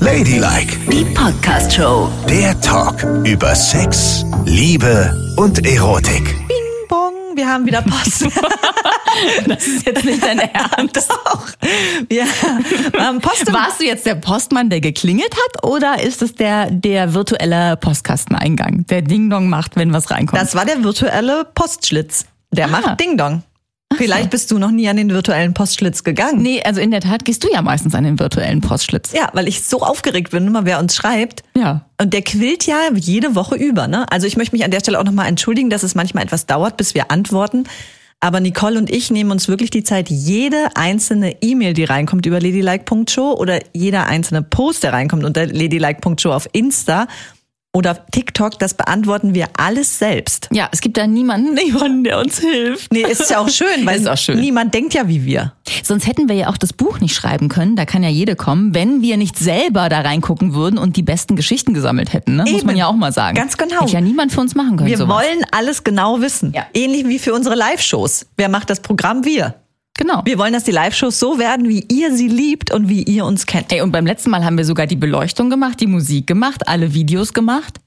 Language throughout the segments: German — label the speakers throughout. Speaker 1: Ladylike,
Speaker 2: Die Podcast Show.
Speaker 1: der Talk über Sex, Liebe und Erotik.
Speaker 3: Bing bong, wir haben wieder Post.
Speaker 4: Das ist jetzt nicht dein Ernst.
Speaker 3: Doch. Wir haben Post im
Speaker 4: Warst du jetzt der Postmann, der geklingelt hat, oder ist es der, der virtuelle Postkasteneingang, der Ding-Dong macht, wenn was reinkommt?
Speaker 3: Das war der virtuelle Postschlitz. Der
Speaker 4: Ah.
Speaker 3: macht Ding Dong. Vielleicht bist du noch nie an den virtuellen Postschlitz gegangen.
Speaker 4: nee, also in der Tat gehst du ja meistens an den virtuellen Postschlitz.
Speaker 3: Ja, weil ich so aufgeregt bin, immer wer uns schreibt.
Speaker 4: Ja.
Speaker 3: Und der quillt ja jede Woche über. Ne? Also ich möchte mich an der Stelle auch nochmal entschuldigen, dass es manchmal etwas dauert, bis wir antworten. Aber Nicole und ich nehmen uns wirklich die Zeit, jede einzelne E-Mail, die reinkommt über ladylike.show oder jeder einzelne Post, der reinkommt unter ladylike.show auf Insta oder auf TikTok, das beantworten wir alles selbst.
Speaker 4: Ja, es gibt da niemanden, niemanden der uns hilft.
Speaker 3: Nee, ist ja auch schön, weil
Speaker 4: Ist auch schön.
Speaker 3: niemand denkt ja wie wir.
Speaker 4: Sonst hätten wir ja auch das Buch nicht schreiben können, da kann ja jede kommen, wenn wir nicht selber da reingucken würden und die besten Geschichten gesammelt hätten, ne? muss
Speaker 3: Eben.
Speaker 4: man ja auch mal sagen.
Speaker 3: Ganz genau.
Speaker 4: Hätte ja niemand für uns machen können.
Speaker 3: Wir
Speaker 4: sowas.
Speaker 3: wollen alles genau wissen.
Speaker 4: Ja.
Speaker 3: Ähnlich wie für unsere Live-Shows. Wer macht das Programm? Wir.
Speaker 4: Genau.
Speaker 3: Wir wollen, dass die Live-Shows so werden, wie ihr sie liebt und wie ihr uns kennt.
Speaker 4: Ey, und beim letzten Mal haben wir sogar die Beleuchtung gemacht, die Musik gemacht, alle Videos gemacht.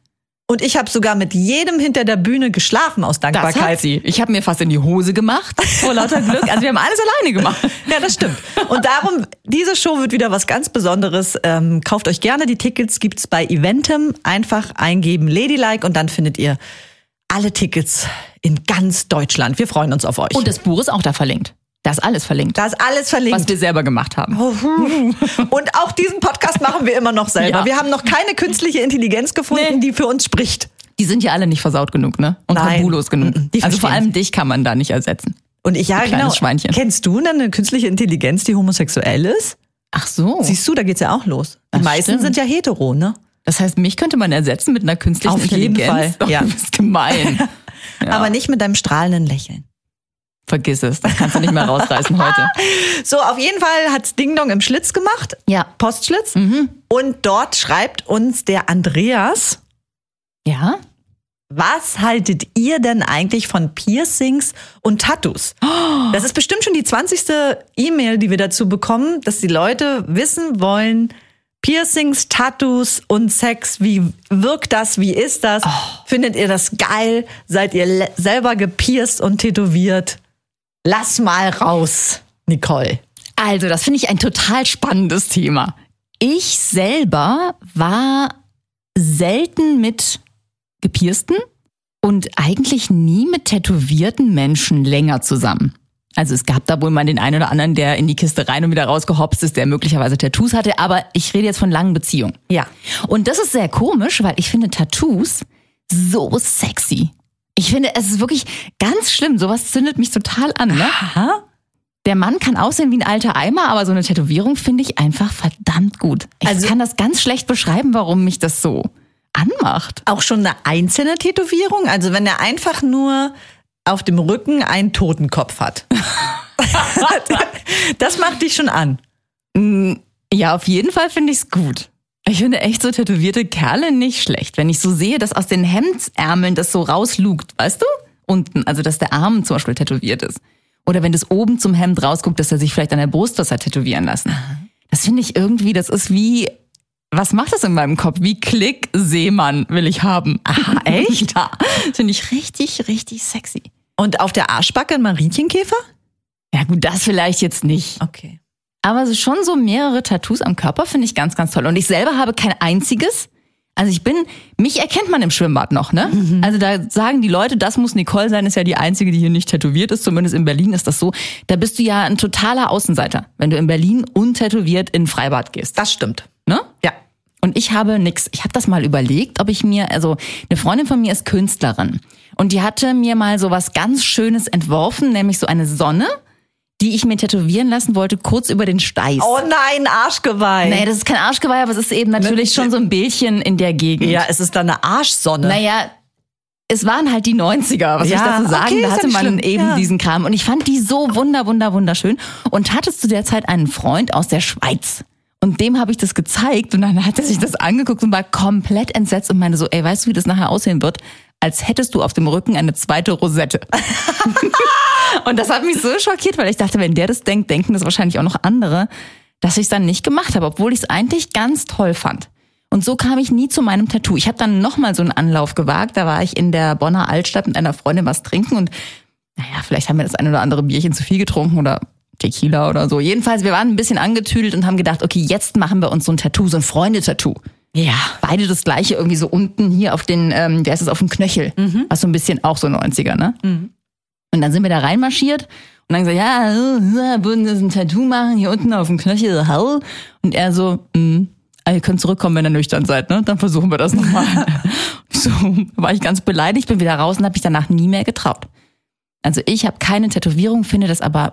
Speaker 3: Und ich habe sogar mit jedem hinter der Bühne geschlafen aus
Speaker 4: Das hat
Speaker 3: Dankbarkeit.
Speaker 4: sie. Ich habe mir fast in die Hose gemacht vor lauter Glück. Also wir haben alles alleine gemacht.
Speaker 3: ja, das stimmt. Und darum, diese Show wird wieder was ganz Besonderes. Ähm, kauft euch gerne die Tickets, gibt's bei Eventim. Einfach eingeben Ladylike und dann findet ihr alle Tickets in ganz Deutschland. Wir freuen uns auf euch.
Speaker 4: Und das Buch ist auch da verlinkt. Da ist alles verlinkt,
Speaker 3: da ist alles verlinkt. Oh,
Speaker 4: was wir selber gemacht haben.
Speaker 3: Und auch diesen Podcast machen wir immer noch selber.
Speaker 4: Ja.
Speaker 3: Wir haben noch keine künstliche Intelligenz gefunden, die für uns spricht.
Speaker 4: Die sind ja alle nicht versaut genug, ne? Und
Speaker 3: Nein.
Speaker 4: tabulos genug.
Speaker 3: Mm-mm, die
Speaker 4: also vor
Speaker 3: verstehen
Speaker 4: allem dich kann man da nicht ersetzen.
Speaker 3: Und ich ja
Speaker 4: Ein kleines
Speaker 3: genau.
Speaker 4: Schweinchen.
Speaker 3: Kennst du denn eine künstliche Intelligenz, die homosexuell ist?
Speaker 4: Ach so.
Speaker 3: Siehst du, da geht's ja auch los. Die
Speaker 4: Das
Speaker 3: meisten
Speaker 4: stimmt.
Speaker 3: sind ja hetero, ne?
Speaker 4: Das heißt, mich könnte man ersetzen mit einer künstlichen
Speaker 3: Auf jeden
Speaker 4: Intelligenz.
Speaker 3: Fall,
Speaker 4: Doch,
Speaker 3: ja.
Speaker 4: Du bist gemein. Ja.
Speaker 3: Aber nicht mit deinem strahlenden Lächeln.
Speaker 4: Vergiss es, das kannst du nicht mehr rausreißen heute.
Speaker 3: So, auf jeden Fall hat's Ding Dong im Schlitz gemacht.
Speaker 4: Ja. Mhm.
Speaker 3: Postschlitz. Und dort schreibt uns der Andreas,
Speaker 4: Ja?
Speaker 3: was haltet ihr denn eigentlich von Piercings und Tattoos? Das ist bestimmt schon die 20. E-Mail, die wir dazu bekommen, dass die Leute wissen wollen, Piercings, Tattoos und Sex, wie wirkt das, wie ist das? Findet ihr das geil? Seid ihr le- selber gepierst und tätowiert? Lass mal raus, Nicole.
Speaker 4: Also, das finde ich ein total spannendes Thema. Ich selber war selten mit gepiersten und eigentlich nie mit tätowierten Menschen länger zusammen. Also es gab da wohl mal den einen oder anderen, der in die Kiste rein und wieder rausgehopst ist, der möglicherweise Tattoos hatte, aber ich rede jetzt von langen Beziehungen.
Speaker 3: Ja.
Speaker 4: Und das ist sehr komisch, weil ich finde Tattoos so sexy. Ich finde, es ist wirklich ganz schlimm. Sowas zündet mich total an. Ne?
Speaker 3: Aha.
Speaker 4: Der Mann kann aussehen wie ein alter Eimer, aber so eine Tätowierung finde ich einfach verdammt gut. Ich
Speaker 3: Also-
Speaker 4: kann das ganz schlecht beschreiben, warum mich das so anmacht.
Speaker 3: Auch schon eine einzelne Tätowierung? Also wenn er einfach nur auf dem Rücken einen Totenkopf hat. das macht dich schon an.
Speaker 4: Ja, auf jeden Fall finde ich es gut. Ich finde echt so tätowierte Kerle nicht schlecht, wenn ich so sehe, dass aus den Hemdsärmeln das so rauslugt, weißt du? Unten, also dass der Arm zum Beispiel tätowiert ist. Oder wenn das oben zum Hemd rausguckt, dass er sich vielleicht an der Brust was hat tätowieren lassen. Das finde ich irgendwie, das ist wie, was macht das in meinem Kopf? Wie Klick Seemann will ich haben. Aha, echt? ja, das finde ich richtig, richtig sexy.
Speaker 3: Und auf der Arschbacke ein Marienkäfer?
Speaker 4: Ja gut, das vielleicht jetzt nicht.
Speaker 3: Okay.
Speaker 4: Aber so schon so mehrere Tattoos am Körper finde ich ganz, ganz toll. Und ich selber habe kein einziges. Also ich bin, mich erkennt man im Schwimmbad noch, ne? Also da sagen die Leute, das muss Nicole sein, ist ja die einzige, die hier nicht tätowiert ist. Zumindest in Berlin ist das so. Da bist du ja ein totaler Außenseiter, wenn du in Berlin untätowiert in ein Freibad gehst,
Speaker 3: Das stimmt.
Speaker 4: ne?
Speaker 3: Ja.
Speaker 4: Und ich habe nix. Ich habe das mal überlegt, ob ich mir, also eine Freundin von mir ist Künstlerin und die hatte mir mal so was ganz Schönes entworfen, nämlich so eine Sonne, die ich mir tätowieren lassen wollte, kurz über den Steiß.
Speaker 3: Oh nein, Arschgeweih.
Speaker 4: Naja, das ist kein Arschgeweih, aber es ist eben natürlich schon so ein Bildchen in der Gegend.
Speaker 3: Ne, ja, es ist dann eine Arschsonne.
Speaker 4: Naja, es waren halt die 90er, was soll ich
Speaker 3: Ja,
Speaker 4: dazu sagen.
Speaker 3: okay, ist
Speaker 4: da
Speaker 3: ja
Speaker 4: hatte
Speaker 3: nicht
Speaker 4: man
Speaker 3: schlimm.
Speaker 4: eben
Speaker 3: Ja.
Speaker 4: diesen Kram. Und ich fand die so wunder, wunder, wunderschön. Und hatte zu der Zeit einen Freund aus der Schweiz. Und dem habe ich das gezeigt und dann hat er sich das angeguckt und war komplett entsetzt und meinte so, ey, weißt du, wie das nachher aussehen wird? Als hättest du auf dem Rücken eine zweite Rosette. und das hat mich so schockiert, weil ich dachte, wenn der das denkt, denken das wahrscheinlich auch noch andere. dass ich es dann nicht gemacht habe, obwohl ich es eigentlich ganz toll fand. Und so kam ich nie zu meinem Tattoo. Ich habe dann nochmal so einen Anlauf gewagt. Da war ich in der Bonner Altstadt mit einer Freundin was trinken und naja, vielleicht haben wir das ein oder andere Bierchen zu viel getrunken oder Tequila oder so. Jedenfalls, wir waren ein bisschen angetüdelt und haben gedacht, okay, jetzt machen wir uns so ein Tattoo, so ein Freundetattoo.
Speaker 3: Ja.
Speaker 4: Beide das gleiche, irgendwie so unten hier auf den, ähm, der ist es auf dem Knöchel. Was so ein bisschen auch so 90er, ne? Und dann sind wir da reinmarschiert und dann gesagt, ja, äh, äh, würden das ein Tattoo machen, hier unten auf dem Knöchel, hau. Und er so, "Mm, ah, ihr könnt zurückkommen, wenn ihr nüchtern seid, ne? Dann versuchen wir das nochmal. so war ich ganz beleidigt, bin wieder raus und habe mich danach nie mehr getraut. Also ich habe keine Tätowierung, finde das aber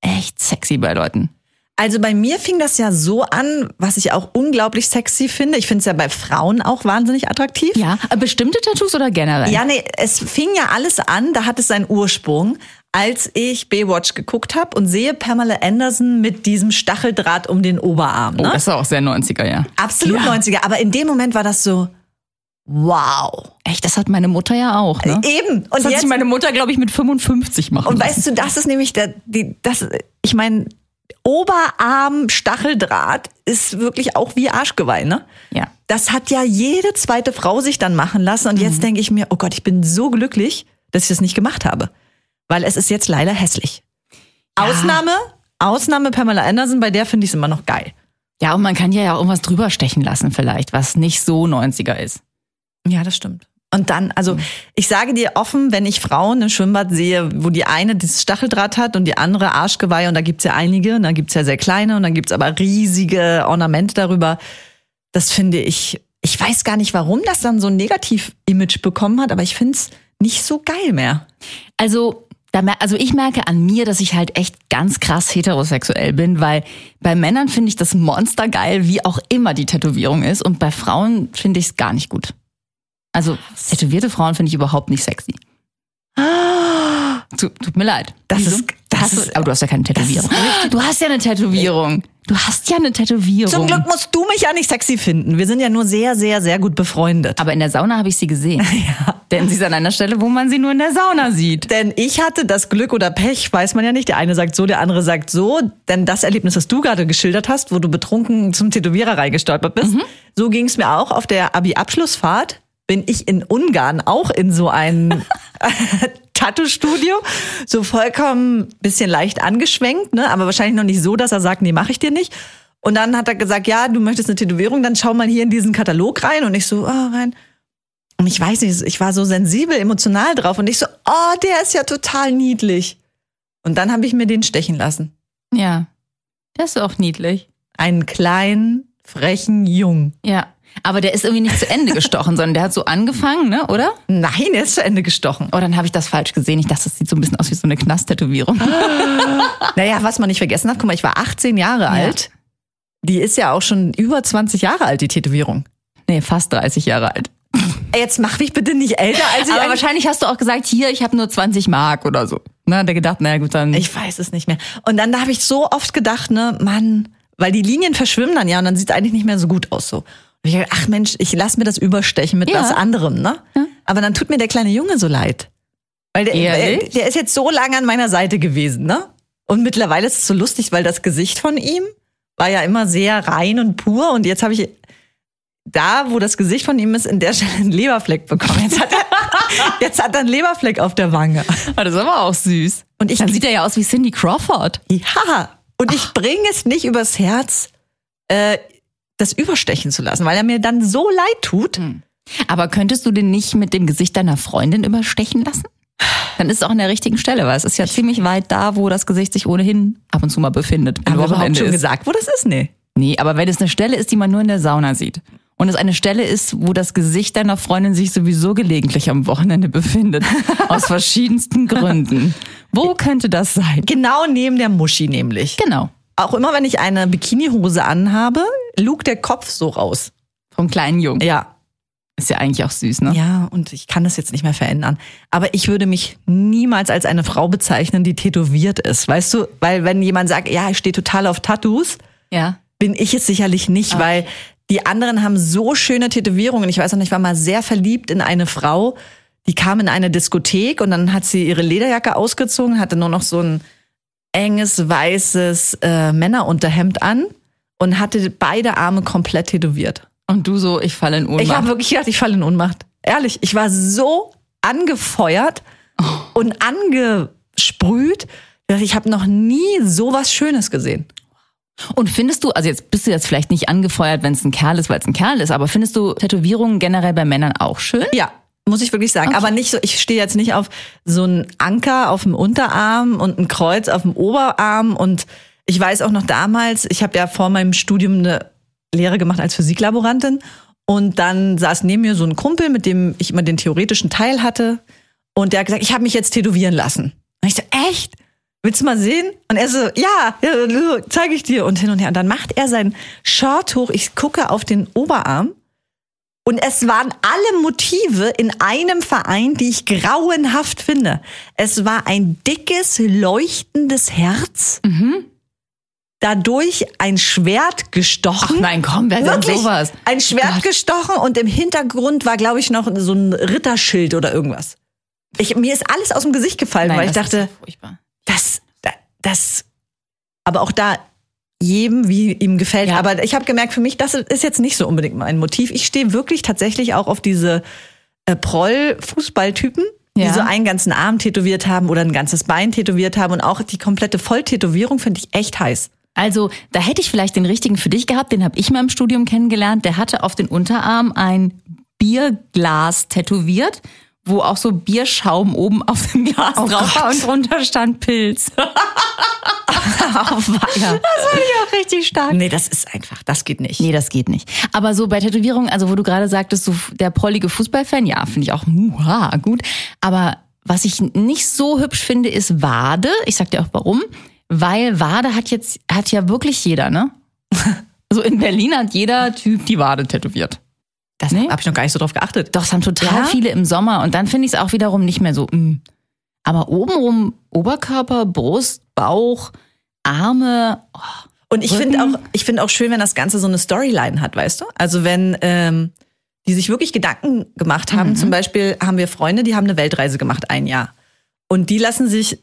Speaker 4: echt sexy bei Leuten.
Speaker 3: Also bei mir fing das ja so an, was ich auch unglaublich sexy finde. Ich finde es ja bei Frauen auch wahnsinnig attraktiv.
Speaker 4: Ja, äh, bestimmte Tattoos oder generell?
Speaker 3: Ja, nee, es fing ja alles an, da hat es seinen Ursprung, als ich Baywatch geguckt habe und sehe Pamela Anderson mit diesem Stacheldraht um den Oberarm.
Speaker 4: Oh,
Speaker 3: Ne?
Speaker 4: das war auch sehr 90er, ja.
Speaker 3: Absolut 90er, aber in dem Moment war das so, wow.
Speaker 4: Echt, das hat meine Mutter ja auch, ne?
Speaker 3: Eben.
Speaker 4: Das
Speaker 3: Und
Speaker 4: hat
Speaker 3: jetzt,
Speaker 4: sich meine Mutter, glaube ich, mit 55 machen
Speaker 3: und
Speaker 4: lassen.
Speaker 3: weißt du, das ist nämlich, der, die, das, ich meine, Oberarm-Stacheldraht ist wirklich auch wie Arschgeweih, ne?
Speaker 4: Ja.
Speaker 3: Das hat ja jede zweite Frau sich dann machen lassen. Und jetzt denke ich mir, oh Gott, ich bin so glücklich, dass ich das nicht gemacht habe. Weil es ist jetzt leider hässlich. Ausnahme, Ausnahme Pamela Anderson, bei der finde ich es immer noch geil.
Speaker 4: Ja, und man kann ja auch irgendwas drüber stechen lassen vielleicht, was nicht so 90er ist.
Speaker 3: Ja, das stimmt. Und dann, also ich sage dir offen, wenn ich Frauen im Schwimmbad sehe, wo die eine dieses Stacheldraht hat und die andere Arschgeweih, und da gibt's ja einige, und dann gibt's ja sehr kleine, und dann gibt's aber riesige Ornamente darüber. Das finde ich, ich weiß gar nicht, warum das dann so ein Negativ-Image bekommen hat, aber ich find's nicht so geil mehr.
Speaker 4: Also, da, mer- also ich merke an mir, dass ich halt echt ganz krass heterosexuell bin, weil bei Männern finde ich das Monster geil, wie auch immer die Tätowierung ist. Und bei Frauen finde ich es gar nicht gut. Also tätowierte Frauen finde ich überhaupt nicht sexy. Tut, tut mir leid.
Speaker 3: Das
Speaker 4: Wieso?
Speaker 3: ist- das
Speaker 4: hast
Speaker 3: ist-
Speaker 4: du, aber du hast ja keine Tätowierung. Du hast ja eine Tätowierung. Du hast ja eine Tätowierung.
Speaker 3: Zum Glück musst du mich ja nicht sexy finden. Wir sind ja nur sehr, sehr, sehr gut befreundet.
Speaker 4: Aber in der Sauna habe ich sie gesehen. Denn sie ist an einer Stelle, wo man sie nur in der Sauna sieht.
Speaker 3: Denn ich hatte das Glück oder Pech, weiß man ja nicht. Der eine sagt so, der andere sagt so. Denn das Erlebnis, das du gerade geschildert hast, wo du betrunken zum Tätowierer reingestolpert bist, so ging es mir auch auf der Abi-Abschlussfahrt. Bin ich in Ungarn auch in so ein Tattoo-Studio, so vollkommen bisschen leicht angeschwenkt, ne? aber wahrscheinlich noch nicht so, dass er sagt, nee, mache ich dir nicht. Und dann hat er gesagt, ja, du möchtest eine Tätowierung, dann schau mal hier in diesen Katalog rein. Und ich so, ah, rein. Und ich weiß nicht, ich war so sensibel, emotional drauf und ich so, oh, der ist ja total niedlich. Und dann habe ich mir den stechen lassen.
Speaker 4: Ja. Das ist auch niedlich.
Speaker 3: Einen kleinen, frechen Jungen.
Speaker 4: Ja. Aber der ist irgendwie nicht zu Ende gestochen, sondern der hat so angefangen, ne, oder?
Speaker 3: Nein, er ist zu Ende gestochen.
Speaker 4: Oh, dann habe ich das falsch gesehen. Ich dachte, das sieht so ein bisschen aus wie so eine Knast-Tätowierung.
Speaker 3: Naja, was man nicht vergessen darf, guck mal, ich war 18 Jahre alt. Die ist ja auch schon über 20 Jahre alt, die Tätowierung.
Speaker 4: Nee, fast 30 Jahre alt.
Speaker 3: Ey, Jetzt mach mich bitte nicht älter, als ich
Speaker 4: Aber
Speaker 3: eigentlich-
Speaker 4: wahrscheinlich hast du auch gesagt, hier, ich habe nur 20 Mark oder so. Na, hat er gedacht, naja, gut, dann.
Speaker 3: Ich weiß es nicht mehr. Und dann habe ich so oft gedacht, ne, Mann, weil die Linien verschwimmen dann ja und dann sieht es eigentlich nicht mehr so gut aus so. Und ich dachte, ach Mensch, ich lass mir das überstechen mit
Speaker 4: Ja.
Speaker 3: was anderem, ne? Aber dann tut mir der kleine Junge so leid. Weil der, der,
Speaker 4: Ehrlich?
Speaker 3: der ist jetzt so lange an meiner Seite gewesen, ne? Und mittlerweile ist es so lustig, weil das Gesicht von ihm war ja immer sehr rein und pur und jetzt habe ich da, wo das Gesicht von ihm ist, in der Stelle einen Leberfleck bekommen. Jetzt hat er, jetzt hat er einen Leberfleck auf der Wange.
Speaker 4: Ah, das ist aber auch süß.
Speaker 3: Und ich-
Speaker 4: dann sieht er ja aus wie Cindy Crawford.
Speaker 3: Ja, und ich bringe es nicht übers Herz, äh, das überstechen zu lassen, weil er mir dann so leid tut.
Speaker 4: Aber könntest du den nicht mit dem Gesicht deiner Freundin überstechen lassen? Dann ist es auch an der richtigen Stelle, weil es ist ja ziemlich weit da, wo das Gesicht sich ohnehin ab und zu mal befindet. wenn
Speaker 3: Haben wir überhaupt
Speaker 4: Wochenende
Speaker 3: schon
Speaker 4: ist.
Speaker 3: gesagt, wo das ist? Nee.
Speaker 4: Nee, aber wenn es eine Stelle ist, die man nur in der Sauna sieht und es eine Stelle ist, wo das Gesicht deiner Freundin sich sowieso gelegentlich am Wochenende befindet, aus verschiedensten Gründen. Wo könnte das sein?
Speaker 3: Genau neben der Muschi nämlich.
Speaker 4: Genau.
Speaker 3: Auch immer, wenn ich eine Bikinihose anhabe, lugt der Kopf so raus.
Speaker 4: Vom kleinen Jungen.
Speaker 3: Ja.
Speaker 4: Ist ja eigentlich auch süß, ne?
Speaker 3: Ja, und ich kann das jetzt nicht mehr verändern. Aber ich würde mich niemals als eine Frau bezeichnen, die tätowiert ist. Weißt du, weil wenn jemand sagt, ja, ich stehe total auf Tattoos,
Speaker 4: Ja.
Speaker 3: bin ich es sicherlich nicht, weil die anderen haben so schöne Tätowierungen. Ich weiß noch, ich war mal sehr verliebt in eine Frau, die kam in eine Diskothek und dann hat sie ihre Lederjacke ausgezogen, hatte nur noch so ein enges, weißes äh, Männerunterhemd an und hatte beide Arme komplett tätowiert.
Speaker 4: Und du so, ich falle in Ohnmacht.
Speaker 3: Ich habe wirklich gedacht, ich falle in Ohnmacht. Ehrlich, ich war so angefeuert und angesprüht, dass ich habe noch nie sowas Schönes gesehen.
Speaker 4: Und findest du, also jetzt bist du jetzt vielleicht nicht angefeuert, wenn es ein Kerl ist, weil es ein Kerl ist, aber findest du Tätowierungen generell bei Männern auch schön?
Speaker 3: Ja, muss ich wirklich sagen. Aber nicht so, ich stehe jetzt nicht auf so einen Anker auf dem Unterarm und ein Kreuz auf dem Oberarm. Und ich weiß auch noch damals, ich habe ja vor meinem Studium eine Lehre gemacht als Physiklaborantin. Und dann saß neben mir so ein Kumpel, mit dem ich immer den theoretischen Teil hatte. Und der hat gesagt, ich habe mich jetzt tätowieren lassen. Und ich so, echt? Willst du mal sehen? Und er so, ja, ja zeige ich dir. Und hin und her. Und dann macht er seinen Shirt hoch. Ich gucke auf den Oberarm. Und es waren alle Motive in einem Verein, die ich grauenhaft finde. Es war ein dickes, leuchtendes Herz,
Speaker 4: Mhm.
Speaker 3: dadurch ein Schwert gestochen.
Speaker 4: Ach nein, komm, wer denn
Speaker 3: Wirklich,
Speaker 4: sowas?
Speaker 3: Ein Schwert gestochen und im Hintergrund war, glaube ich, noch so ein Ritterschild oder irgendwas. Ich, mir ist alles aus dem Gesicht gefallen, weil ich
Speaker 4: das
Speaker 3: dachte,
Speaker 4: ist so furchtbar.
Speaker 3: das, da- das, aber auch da jedem, wie ihm gefällt.
Speaker 4: Ja.
Speaker 3: Aber ich habe gemerkt, für mich, das ist jetzt nicht so unbedingt mein Motiv. Ich stehe wirklich tatsächlich auch auf diese äh, Proll-Fußballtypen, die
Speaker 4: Ja.
Speaker 3: so einen ganzen Arm tätowiert haben oder ein ganzes Bein tätowiert haben. Und auch die komplette Volltätowierung finde ich echt heiß.
Speaker 4: Also, da hätte ich vielleicht den richtigen für dich gehabt, den habe ich mal im Studium kennengelernt. Der hatte auf den Unterarm ein Bierglas tätowiert, wo auch so Bierschaum oben auf dem Glas
Speaker 3: Oh
Speaker 4: drauf war und drunter stand Pilz.
Speaker 3: Ja.
Speaker 4: Das fand ich auch richtig stark.
Speaker 3: Nee, das ist einfach, das geht nicht.
Speaker 4: Nee, das geht nicht. Aber so bei Tätowierungen, also wo du gerade sagtest, so f- der prollige Fußballfan, ja, finde ich auch muha, gut. Aber was ich nicht so hübsch finde, ist Wade. Ich sag dir auch warum. Weil Wade hat jetzt, hat ja wirklich jeder, ne? Also in Berlin hat jeder Typ die Wade tätowiert.
Speaker 3: Das
Speaker 4: Nee.
Speaker 3: habe ich noch gar nicht so drauf geachtet.
Speaker 4: Doch, es haben total
Speaker 3: Ja?
Speaker 4: viele im Sommer. Und dann finde ich es auch wiederum nicht mehr so. mm. Aber obenrum Oberkörper, Brust, Bauch, Arme. Oh,
Speaker 3: Und ich finde auch, ich finde auch schön, wenn das Ganze so eine Storyline hat, weißt du? Also wenn ähm, die sich wirklich Gedanken gemacht haben. Zum Beispiel haben wir Freunde, die haben eine Weltreise gemacht, ein Jahr. Und die lassen sich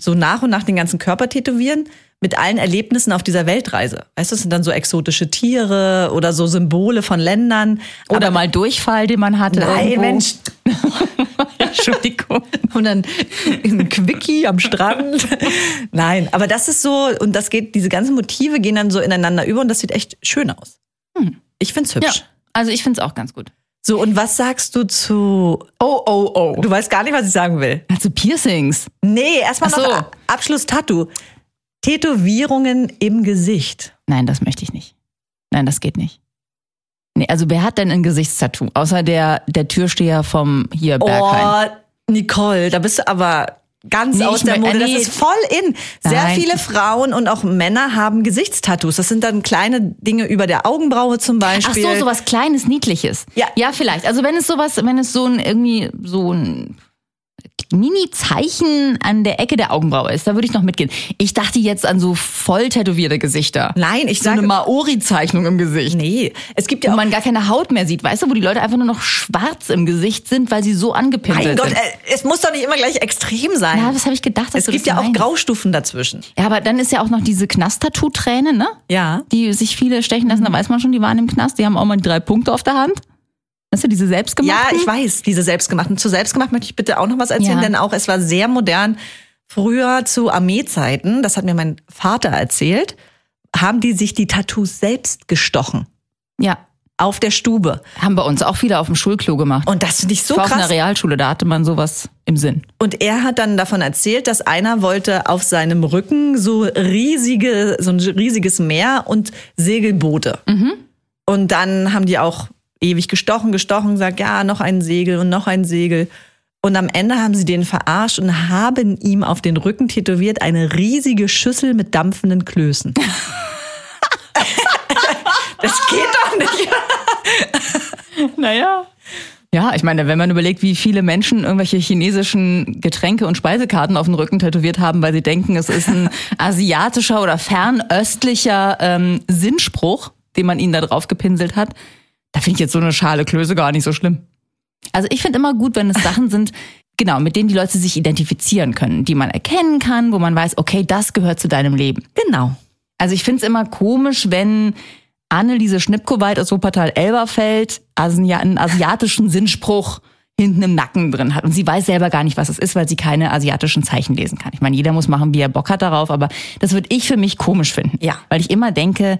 Speaker 3: so nach und nach den ganzen Körper tätowieren mit allen Erlebnissen auf dieser Weltreise. Weißt du, das sind dann so exotische Tiere oder so Symbole von Ländern.
Speaker 4: oder mal Durchfall, den man hatte. irgendwo. Entschuldigung.
Speaker 3: und dann ein Quickie am Strand. Nein, aber das ist so, und das geht, diese ganzen Motive gehen dann so ineinander über und das sieht echt schön aus. Ich find's
Speaker 4: Hm. Ja,
Speaker 3: hübsch.
Speaker 4: also ich finde es auch ganz gut.
Speaker 3: So, und was sagst du zu.
Speaker 4: Oh, oh, oh.
Speaker 3: Du weißt gar nicht, was ich sagen will.
Speaker 4: Also Piercings.
Speaker 3: Nee, erstmal
Speaker 4: Ach so.
Speaker 3: noch A- Abschluss-Tattoo. Tätowierungen im Gesicht.
Speaker 4: Nein, das möchte ich nicht. Nein, das geht nicht. Nee, also wer hat denn ein Gesichtstattoo? Außer der, der Türsteher vom hier Berghain.
Speaker 3: Oh, Nicole, da bist du aber ganz
Speaker 4: Nee,
Speaker 3: aus
Speaker 4: ich
Speaker 3: der
Speaker 4: mein-
Speaker 3: Mode.
Speaker 4: äh, nee.
Speaker 3: Das ist voll in. Sehr
Speaker 4: Nein.
Speaker 3: viele Frauen und auch Männer haben Gesichtstattoos. Das sind dann kleine Dinge über der Augenbraue zum
Speaker 4: Ach
Speaker 3: Beispiel.
Speaker 4: so, sowas kleines, niedliches.
Speaker 3: Ja.
Speaker 4: ja, vielleicht. Also wenn es sowas, wenn es so ein irgendwie so ein Mini-Zeichen an der Ecke der Augenbraue ist, da würde ich noch mitgehen. Ich dachte jetzt an so voll tätowierte Gesichter.
Speaker 3: Nein, ich
Speaker 4: so
Speaker 3: sage-
Speaker 4: eine Maori-Zeichnung im Gesicht.
Speaker 3: Nee, es gibt ja
Speaker 4: wo
Speaker 3: auch.
Speaker 4: man gar keine Haut mehr sieht, weißt du, wo die Leute einfach nur noch schwarz im Gesicht sind, weil sie so angepinselt
Speaker 3: Mein Gott,
Speaker 4: sind.
Speaker 3: äh, es muss doch nicht immer gleich extrem sein.
Speaker 4: ja, das habe ich gedacht, dass
Speaker 3: es
Speaker 4: du
Speaker 3: gibt
Speaker 4: das
Speaker 3: ja auch
Speaker 4: meinst.
Speaker 3: Graustufen dazwischen.
Speaker 4: Ja, aber dann ist ja auch noch diese Knast-Tattoo-Träne, ne?
Speaker 3: Ja.
Speaker 4: Die sich viele stechen lassen,
Speaker 3: Mhm.
Speaker 4: da weiß man schon, die waren im Knast, die haben auch mal die drei Punkte auf der Hand. Hast du diese
Speaker 3: Ja,
Speaker 4: selbstgemachten?
Speaker 3: ich weiß, diese selbstgemachten. Zu selbstgemacht möchte ich bitte auch noch was erzählen,
Speaker 4: Mhm. Ja.
Speaker 3: denn auch es war sehr modern. Früher zu Armeezeiten, das hat mir mein Vater erzählt, haben die sich die Tattoos selbst gestochen.
Speaker 4: Ja,
Speaker 3: Auf der Stube.
Speaker 4: haben bei uns auch viele auf dem Schulklo gemacht.
Speaker 3: Und das finde ich Oh, so
Speaker 4: ich war auf
Speaker 3: krass.
Speaker 4: einer Realschule, da hatte man sowas im Sinn.
Speaker 3: Und er hat dann davon erzählt, dass einer wollte auf seinem Rücken so riesige, so ein riesiges Meer und Segelboote. Und dann haben die auch ewig gestochen, gestochen, sagt, ja, noch ein Segel und noch ein Segel. Und am Ende haben sie den verarscht und haben ihm auf den Rücken tätowiert eine riesige Schüssel mit dampfenden Klößen. das geht doch nicht.
Speaker 4: Naja. Ja, ich meine, wenn man überlegt, wie viele Menschen irgendwelche chinesischen Getränke und Speisekarten auf den Rücken tätowiert haben, weil sie denken, es ist ein asiatischer oder fernöstlicher ähm, Sinnspruch, den man ihnen da drauf gepinselt hat, da finde ich jetzt so eine schale Klöße gar nicht so schlimm. Also ich finde immer gut, wenn es Sachen sind, Genau, mit denen die Leute sich identifizieren können, die man erkennen kann, wo man weiß, okay, das gehört zu deinem Leben.
Speaker 3: Genau.
Speaker 4: Also ich find's immer komisch, wenn Anneliese Schnippkowald aus Wuppertal-Elberfeld Asia einen asiatischen Sinnspruch hinten im Nacken drin hat. Und sie weiß selber gar nicht, was es ist, weil sie keine asiatischen Zeichen lesen kann. Ich meine, jeder muss machen, wie er Bock hat darauf, aber das würde ich für mich komisch finden.
Speaker 3: Ja.
Speaker 4: Weil ich immer denke,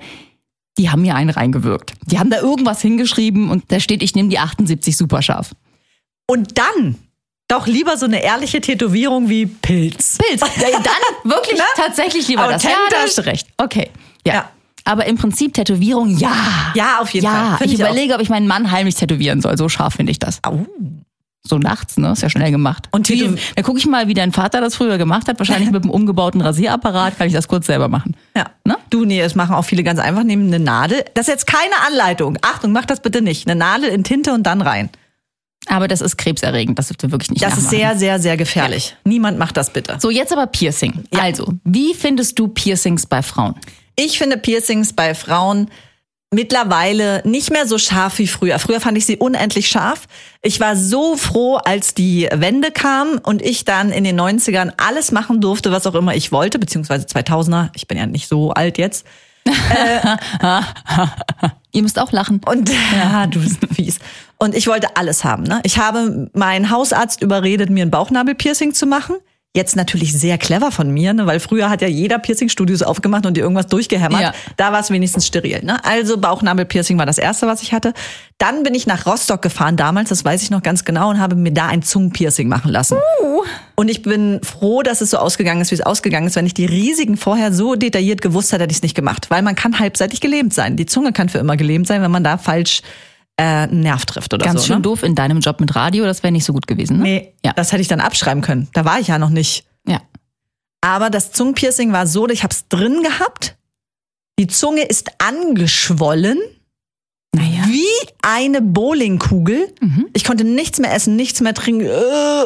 Speaker 4: die haben mir einen reingewirkt. Die haben da irgendwas hingeschrieben und da steht, ich nehme die 78 super scharf.
Speaker 3: Und dann doch lieber so eine ehrliche Tätowierung wie Pilz.
Speaker 4: Pilz. Ja, dann wirklich
Speaker 3: Ne?
Speaker 4: tatsächlich lieber das. Ja, da
Speaker 3: Authentisch.
Speaker 4: hast du recht. Okay. Ja.
Speaker 3: Ja.
Speaker 4: Aber im Prinzip Tätowierung, ja.
Speaker 3: Ja, auf jeden
Speaker 4: Ja,
Speaker 3: Fall. Find
Speaker 4: ich
Speaker 3: auch.
Speaker 4: überlege, ob ich meinen Mann heimlich tätowieren soll. So scharf finde ich das.
Speaker 3: Au.
Speaker 4: So nachts, ne? Ist ja schnell gemacht.
Speaker 3: Und
Speaker 4: Wie-
Speaker 3: tätow-
Speaker 4: dann gucke ich mal, wie dein Vater das früher gemacht hat. Wahrscheinlich mit einem umgebauten Rasierapparat kann ich das kurz selber machen.
Speaker 3: Ja.
Speaker 4: Ne?
Speaker 3: Du, nee, es machen auch viele ganz einfach, nehmen eine Nadel. Das ist jetzt keine Anleitung. Achtung, mach das bitte nicht. Eine Nadel in Tinte und dann rein.
Speaker 4: Aber das ist krebserregend. Das dürft ihr wirklich nicht
Speaker 3: Das
Speaker 4: nachmachen.
Speaker 3: ist sehr, sehr, sehr gefährlich. Niemand macht das bitte.
Speaker 4: so, jetzt aber Piercing.
Speaker 3: Ja.
Speaker 4: Also, wie findest du Piercings bei Frauen?
Speaker 3: Ich finde Piercings bei Frauen mittlerweile nicht mehr so scharf wie früher. Früher fand ich sie unendlich scharf. Ich war so froh, als die Wende kam und ich dann in den 90ern alles machen durfte, was auch immer ich wollte, beziehungsweise 2000er. Ich bin ja nicht so alt jetzt.
Speaker 4: Ihr müsst auch lachen.
Speaker 3: Und ja, du bist fies. Und ich wollte alles haben. Ne? Ich habe meinen Hausarzt überredet, mir ein Bauchnabelpiercing zu machen. Jetzt natürlich sehr clever von mir, ne? weil früher hat ja jeder Piercing-Studios aufgemacht und dir irgendwas durchgehämmert.
Speaker 4: Ja.
Speaker 3: Da war es wenigstens steril. Ne? Also Bauchnabelpiercing war das erste, was ich hatte. Dann bin ich nach Rostock gefahren damals, das weiß ich noch ganz genau, und habe mir da ein Zungenpiercing machen lassen. Und ich bin froh, dass es so ausgegangen ist, wie es ausgegangen ist. Wenn ich die Risiken vorher so detailliert gewusst hätte, hätte ich es nicht gemacht. Weil man kann halbseitig gelähmt sein. Die Zunge kann für immer gelähmt sein, wenn man da falsch äh, einen Nerv trifft oder
Speaker 4: Ganz
Speaker 3: so.
Speaker 4: schön
Speaker 3: ne?
Speaker 4: doof in deinem Job mit Radio, das wäre nicht so gut gewesen. Ne?
Speaker 3: Nee,
Speaker 4: Ja.
Speaker 3: das hätte ich dann abschreiben können. Da war ich ja noch nicht.
Speaker 4: ja.
Speaker 3: Aber das Zungenpiercing war so, ich habe es drin gehabt. Die Zunge ist angeschwollen
Speaker 4: Naja.
Speaker 3: wie eine Bowlingkugel. Ich konnte nichts mehr essen, nichts mehr trinken. Äh,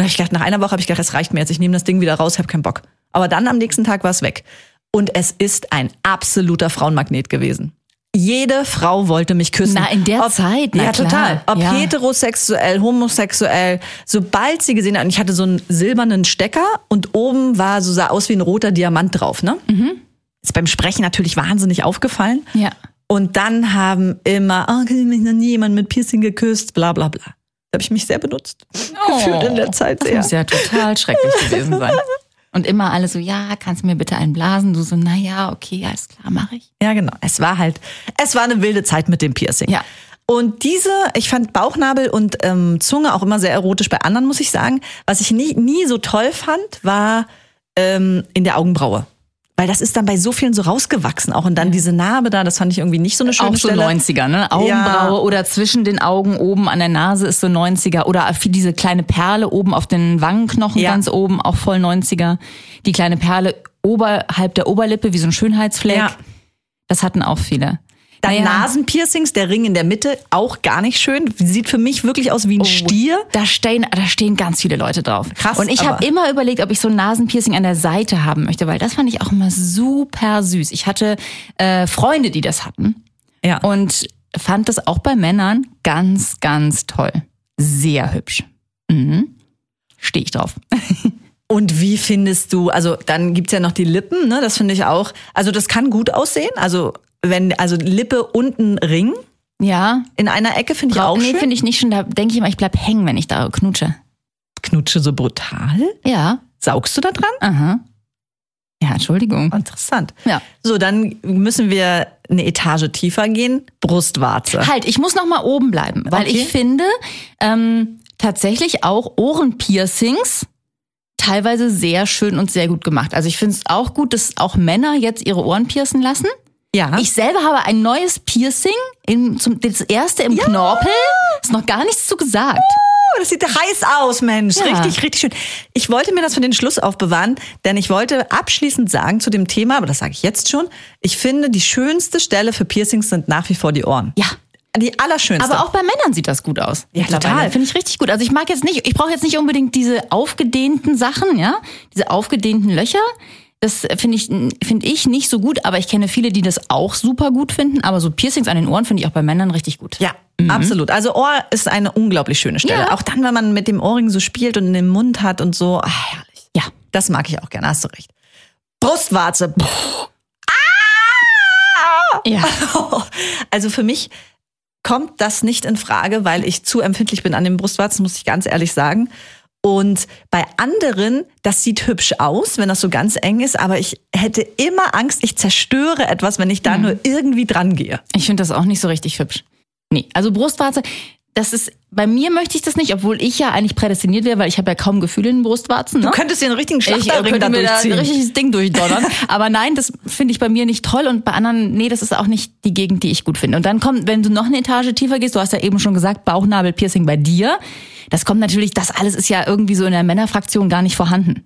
Speaker 3: Und ich dachte, nach einer Woche habe ich gedacht, es reicht mir jetzt, ich nehme das Ding wieder raus, habe keinen Bock. Aber dann am nächsten Tag war es weg. Und es ist ein absoluter Frauenmagnet gewesen. Jede Frau wollte mich küssen.
Speaker 4: Na, in der Zeit, na
Speaker 3: ja,
Speaker 4: klar.
Speaker 3: total. Ob
Speaker 4: Ja.
Speaker 3: heterosexuell, homosexuell, sobald sie gesehen hat, und ich hatte so einen silbernen Stecker und oben war so sah aus wie ein roter Diamant drauf, ne?
Speaker 4: Mhm.
Speaker 3: Ist beim Sprechen natürlich wahnsinnig aufgefallen.
Speaker 4: Ja.
Speaker 3: Und dann haben immer, oh, ich mich noch nie jemand mit Piercing geküsst, bla bla bla. Da habe ich mich sehr benutzt. Gefühlt in der Zeit
Speaker 4: Oh. das
Speaker 3: sehr.
Speaker 4: muss ja total schrecklich gewesen sein. Und immer alle so, ja, kannst du mir bitte einen blasen? Du so, naja, okay, alles klar, mache ich.
Speaker 3: Ja, genau. Es war halt, es war eine wilde Zeit mit dem Piercing.
Speaker 4: Ja.
Speaker 3: Und diese, ich fand Bauchnabel und ähm, Zunge auch immer sehr erotisch bei anderen, muss ich sagen. Was ich nie, nie so toll fand, war ähm, in der Augenbraue. Weil das ist dann bei so vielen so rausgewachsen auch. Und dann diese Narbe da, das fand ich irgendwie nicht so eine schöne
Speaker 4: Auch so
Speaker 3: Stelle.
Speaker 4: 90er, ne? Augenbraue oder zwischen den Augen oben an der Nase ist so 90er. Oder viel diese kleine Perle oben auf den Wangenknochen
Speaker 3: Ja.
Speaker 4: ganz oben, auch voll 90er. Die kleine Perle oberhalb der Oberlippe, wie so ein Schönheitsfleck.
Speaker 3: Ja.
Speaker 4: Das hatten auch viele.
Speaker 3: Dann
Speaker 4: Naja.
Speaker 3: Nasenpiercings, der Ring in der Mitte, auch gar nicht schön. Sieht für mich wirklich aus
Speaker 4: Oh.
Speaker 3: wie ein Stier.
Speaker 4: Da stehen, da stehen ganz viele Leute drauf.
Speaker 3: Krass,
Speaker 4: Und ich habe
Speaker 3: aber-
Speaker 4: immer überlegt, ob ich so ein Nasenpiercing an der Seite haben möchte, weil das fand ich auch immer super süß. Ich hatte äh, Freunde, die das hatten
Speaker 3: Ja.
Speaker 4: und fand das auch bei Männern ganz, ganz toll. Sehr hübsch. Mhm. Stehe ich drauf.
Speaker 3: Und wie findest du, also dann gibt's ja noch die Lippen, ne? Das finde ich auch. Also das kann gut aussehen. Also wenn, also Lippe und ein Ring
Speaker 4: Ja.
Speaker 3: in einer Ecke finde ich auch
Speaker 4: nee,
Speaker 3: schön.
Speaker 4: finde ich nicht schon. Da denke ich immer, ich bleib hängen, wenn ich da knutsche.
Speaker 3: Knutsche so brutal.
Speaker 4: Ja.
Speaker 3: Saugst du da dran?
Speaker 4: Aha. Ja, Entschuldigung.
Speaker 3: Interessant.
Speaker 4: Ja.
Speaker 3: So, dann müssen wir eine Etage tiefer gehen. Brustwarze.
Speaker 4: Halt, ich muss noch mal oben bleiben, weil
Speaker 3: Okay.
Speaker 4: ich finde ähm, tatsächlich auch Ohrenpiercings teilweise sehr schön und sehr gut gemacht. Also ich finde es auch gut, dass auch Männer jetzt ihre Ohren piercen lassen.
Speaker 3: Ja.
Speaker 4: Ich selber habe ein neues Piercing, im, zum, das erste im Knorpel. Ist noch gar nichts zu gesagt.
Speaker 3: Oh, das sieht heiß aus, Mensch.
Speaker 4: Ja.
Speaker 3: Richtig, richtig schön. Ich wollte mir das für den Schluss aufbewahren, denn ich wollte abschließend sagen zu dem Thema, aber das sage ich jetzt schon, ich finde, die schönste Stelle für Piercings sind nach wie vor die Ohren.
Speaker 4: Ja.
Speaker 3: Die allerschönste.
Speaker 4: Aber auch bei Männern sieht das gut aus.
Speaker 3: Ja,
Speaker 4: Mittlerweile.
Speaker 3: total.
Speaker 4: Finde ich richtig gut. Also ich mag jetzt nicht, ich brauche jetzt nicht unbedingt diese aufgedehnten Sachen, ja, diese aufgedehnten Löcher. Das finde ich, finde ich nicht so gut, aber ich kenne viele, die das auch super gut finden. Aber so Piercings an den Ohren finde ich auch bei Männern richtig gut.
Speaker 3: Ja, absolut. Also Ohr ist eine unglaublich schöne Stelle.
Speaker 4: Ja.
Speaker 3: Auch dann, wenn man mit dem Ohrring so spielt und in den Mund hat und so. Ach, herrlich.
Speaker 4: Ja.
Speaker 3: Das mag ich auch gerne, hast du recht. Brustwarze.
Speaker 4: Ja.
Speaker 3: Also für mich kommt das nicht in Frage, weil ich zu empfindlich bin an den Brustwarzen, muss ich ganz ehrlich sagen. Und bei anderen, das sieht hübsch aus, wenn das so ganz eng ist, aber ich hätte immer Angst, ich zerstöre etwas, wenn ich da nur irgendwie dran gehe.
Speaker 4: Ich finde das auch nicht so richtig hübsch. Nee, also Brustwarze, das ist, bei mir möchte ich das nicht, obwohl ich ja eigentlich prädestiniert wäre, weil ich habe ja kaum Gefühle in den Brustwarzen. Ne?
Speaker 3: Du könntest dir einen richtigen
Speaker 4: ich äh,
Speaker 3: Schlachterring
Speaker 4: könnte
Speaker 3: da
Speaker 4: mir da ein
Speaker 3: durchziehen.
Speaker 4: richtiges Ding durchdonnern. Aber nein, das finde ich bei mir nicht toll und bei anderen, nee, das ist auch nicht die Gegend, die ich gut finde. Und dann kommt, wenn du noch eine Etage tiefer gehst, du hast ja eben schon gesagt, Bauchnabelpiercing bei dir. Das kommt natürlich, das alles ist ja irgendwie so in der Männerfraktion gar nicht vorhanden.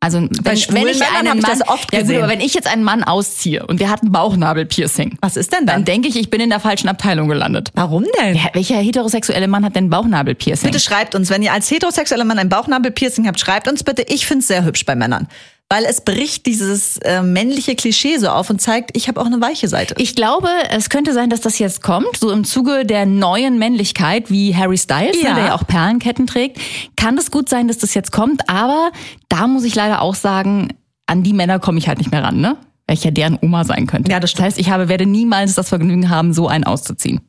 Speaker 4: Also wenn,
Speaker 3: Bei schwulen
Speaker 4: wenn ich
Speaker 3: Männern hab
Speaker 4: einen
Speaker 3: ich
Speaker 4: Mann,
Speaker 3: das oft
Speaker 4: ja, gut,
Speaker 3: gesehen.
Speaker 4: aber wenn ich jetzt einen Mann ausziehe und wir hatten Bauchnabelpiercing,
Speaker 3: Was ist denn
Speaker 4: dann
Speaker 3: dann?
Speaker 4: denke ich, ich bin in der falschen Abteilung gelandet.
Speaker 3: Warum denn?
Speaker 4: Wer- Welcher heterosexuelle Mann hat denn Bauchnabelpiercing?
Speaker 3: Bitte schreibt uns, wenn ihr als heterosexueller Mann ein Bauchnabelpiercing habt, schreibt uns bitte. Ich finde es sehr hübsch bei Männern, weil es bricht dieses äh, männliche Klischee so auf und zeigt, ich habe auch eine weiche Seite.
Speaker 4: Ich glaube, es könnte sein, dass das jetzt kommt, so im Zuge der neuen Männlichkeit, wie Harry Styles,
Speaker 3: Ja.
Speaker 4: ne, der ja auch Perlenketten trägt. Kann es gut sein, dass das jetzt kommt, aber da muss ich leider auch sagen, an die Männer komme ich halt nicht mehr ran, ne? Welcher deren Oma sein könnte.
Speaker 3: Ja, das stimmt.
Speaker 4: heißt, ich habe, werde niemals das Vergnügen haben, so einen auszuziehen.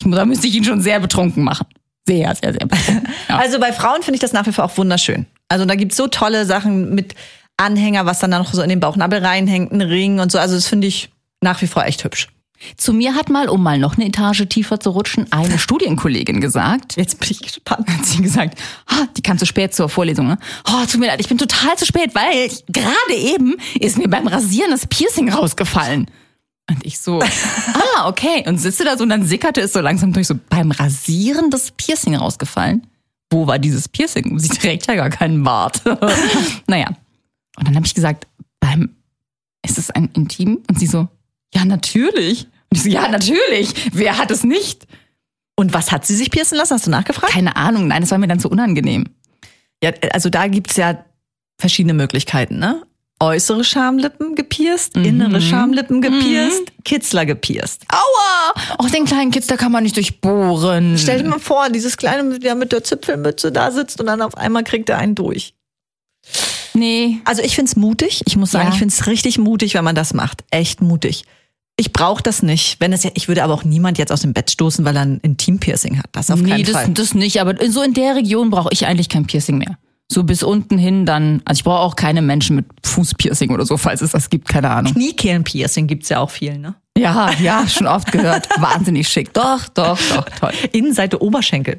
Speaker 4: Ich, mu- da müsste ich ihn schon sehr betrunken machen. Sehr, sehr, sehr betrunken. Ja.
Speaker 3: Also bei Frauen finde ich das nach wie vor auch wunderschön. Also da gibt's so tolle Sachen mit Anhänger, was dann da noch so in den Bauchnabel reinhängt, einen Ring und so. Also das finde ich nach wie vor echt hübsch.
Speaker 4: Zu mir hat mal, um mal noch eine Etage tiefer zu rutschen, eine Studienkollegin gesagt,
Speaker 3: Jetzt bin ich gespannt.
Speaker 4: hat sie gesagt, "Ah, die kam zu spät zur Vorlesung. Ne? Oh, tut mir leid, ich bin total zu spät, weil ich- gerade eben ist mir beim Rasieren das Piercing rausgefallen. Und ich so, ah, okay. Und sitze da so und dann sickerte es so langsam durch, so beim Rasieren das Piercing rausgefallen. Wo war dieses Piercing? Sie trägt ja gar keinen Bart. naja. Und dann habe ich gesagt, beim, ist es ein Intim? Und sie so, ja, natürlich. Und ich so, ja, natürlich. Wer hat es nicht?
Speaker 3: Und was hat sie sich piercen lassen? Hast du nachgefragt?
Speaker 4: Keine Ahnung, nein, das war mir dann zu unangenehm.
Speaker 3: Ja, also da gibt's ja verschiedene Möglichkeiten, ne? Äußere Schamlippen gepierst, innere Schamlippen gepierst, Kitzler gepierst.
Speaker 4: Aua! Auch den kleinen Kids, da kann man nicht durchbohren.
Speaker 3: Stell dir mal vor, dieses kleine, der mit der Zipfelmütze da sitzt und dann auf einmal kriegt er einen durch.
Speaker 4: nee.
Speaker 3: Also ich find's mutig. Ich muss sagen,
Speaker 4: Ja.
Speaker 3: ich find's richtig mutig, wenn man das macht. Echt mutig. Ich brauche das nicht. Wenn es ja, ich würde aber auch niemand jetzt aus dem Bett stoßen, weil er ein Intimpiercing hat. Das auf
Speaker 4: Nee,
Speaker 3: keinen
Speaker 4: das,
Speaker 3: Fall.
Speaker 4: das nicht. Aber so in der Region brauche ich eigentlich kein Piercing mehr. So bis unten hin dann. Also ich brauche auch keine Menschen mit Fußpiercing oder so, falls es das gibt, keine Ahnung.
Speaker 3: Kniekehlenpiercing gibt's ja auch viel, ne?
Speaker 4: Ja, ja, schon oft gehört. Wahnsinnig schick. Doch, doch, doch, toll.
Speaker 3: Innenseite Oberschenkel.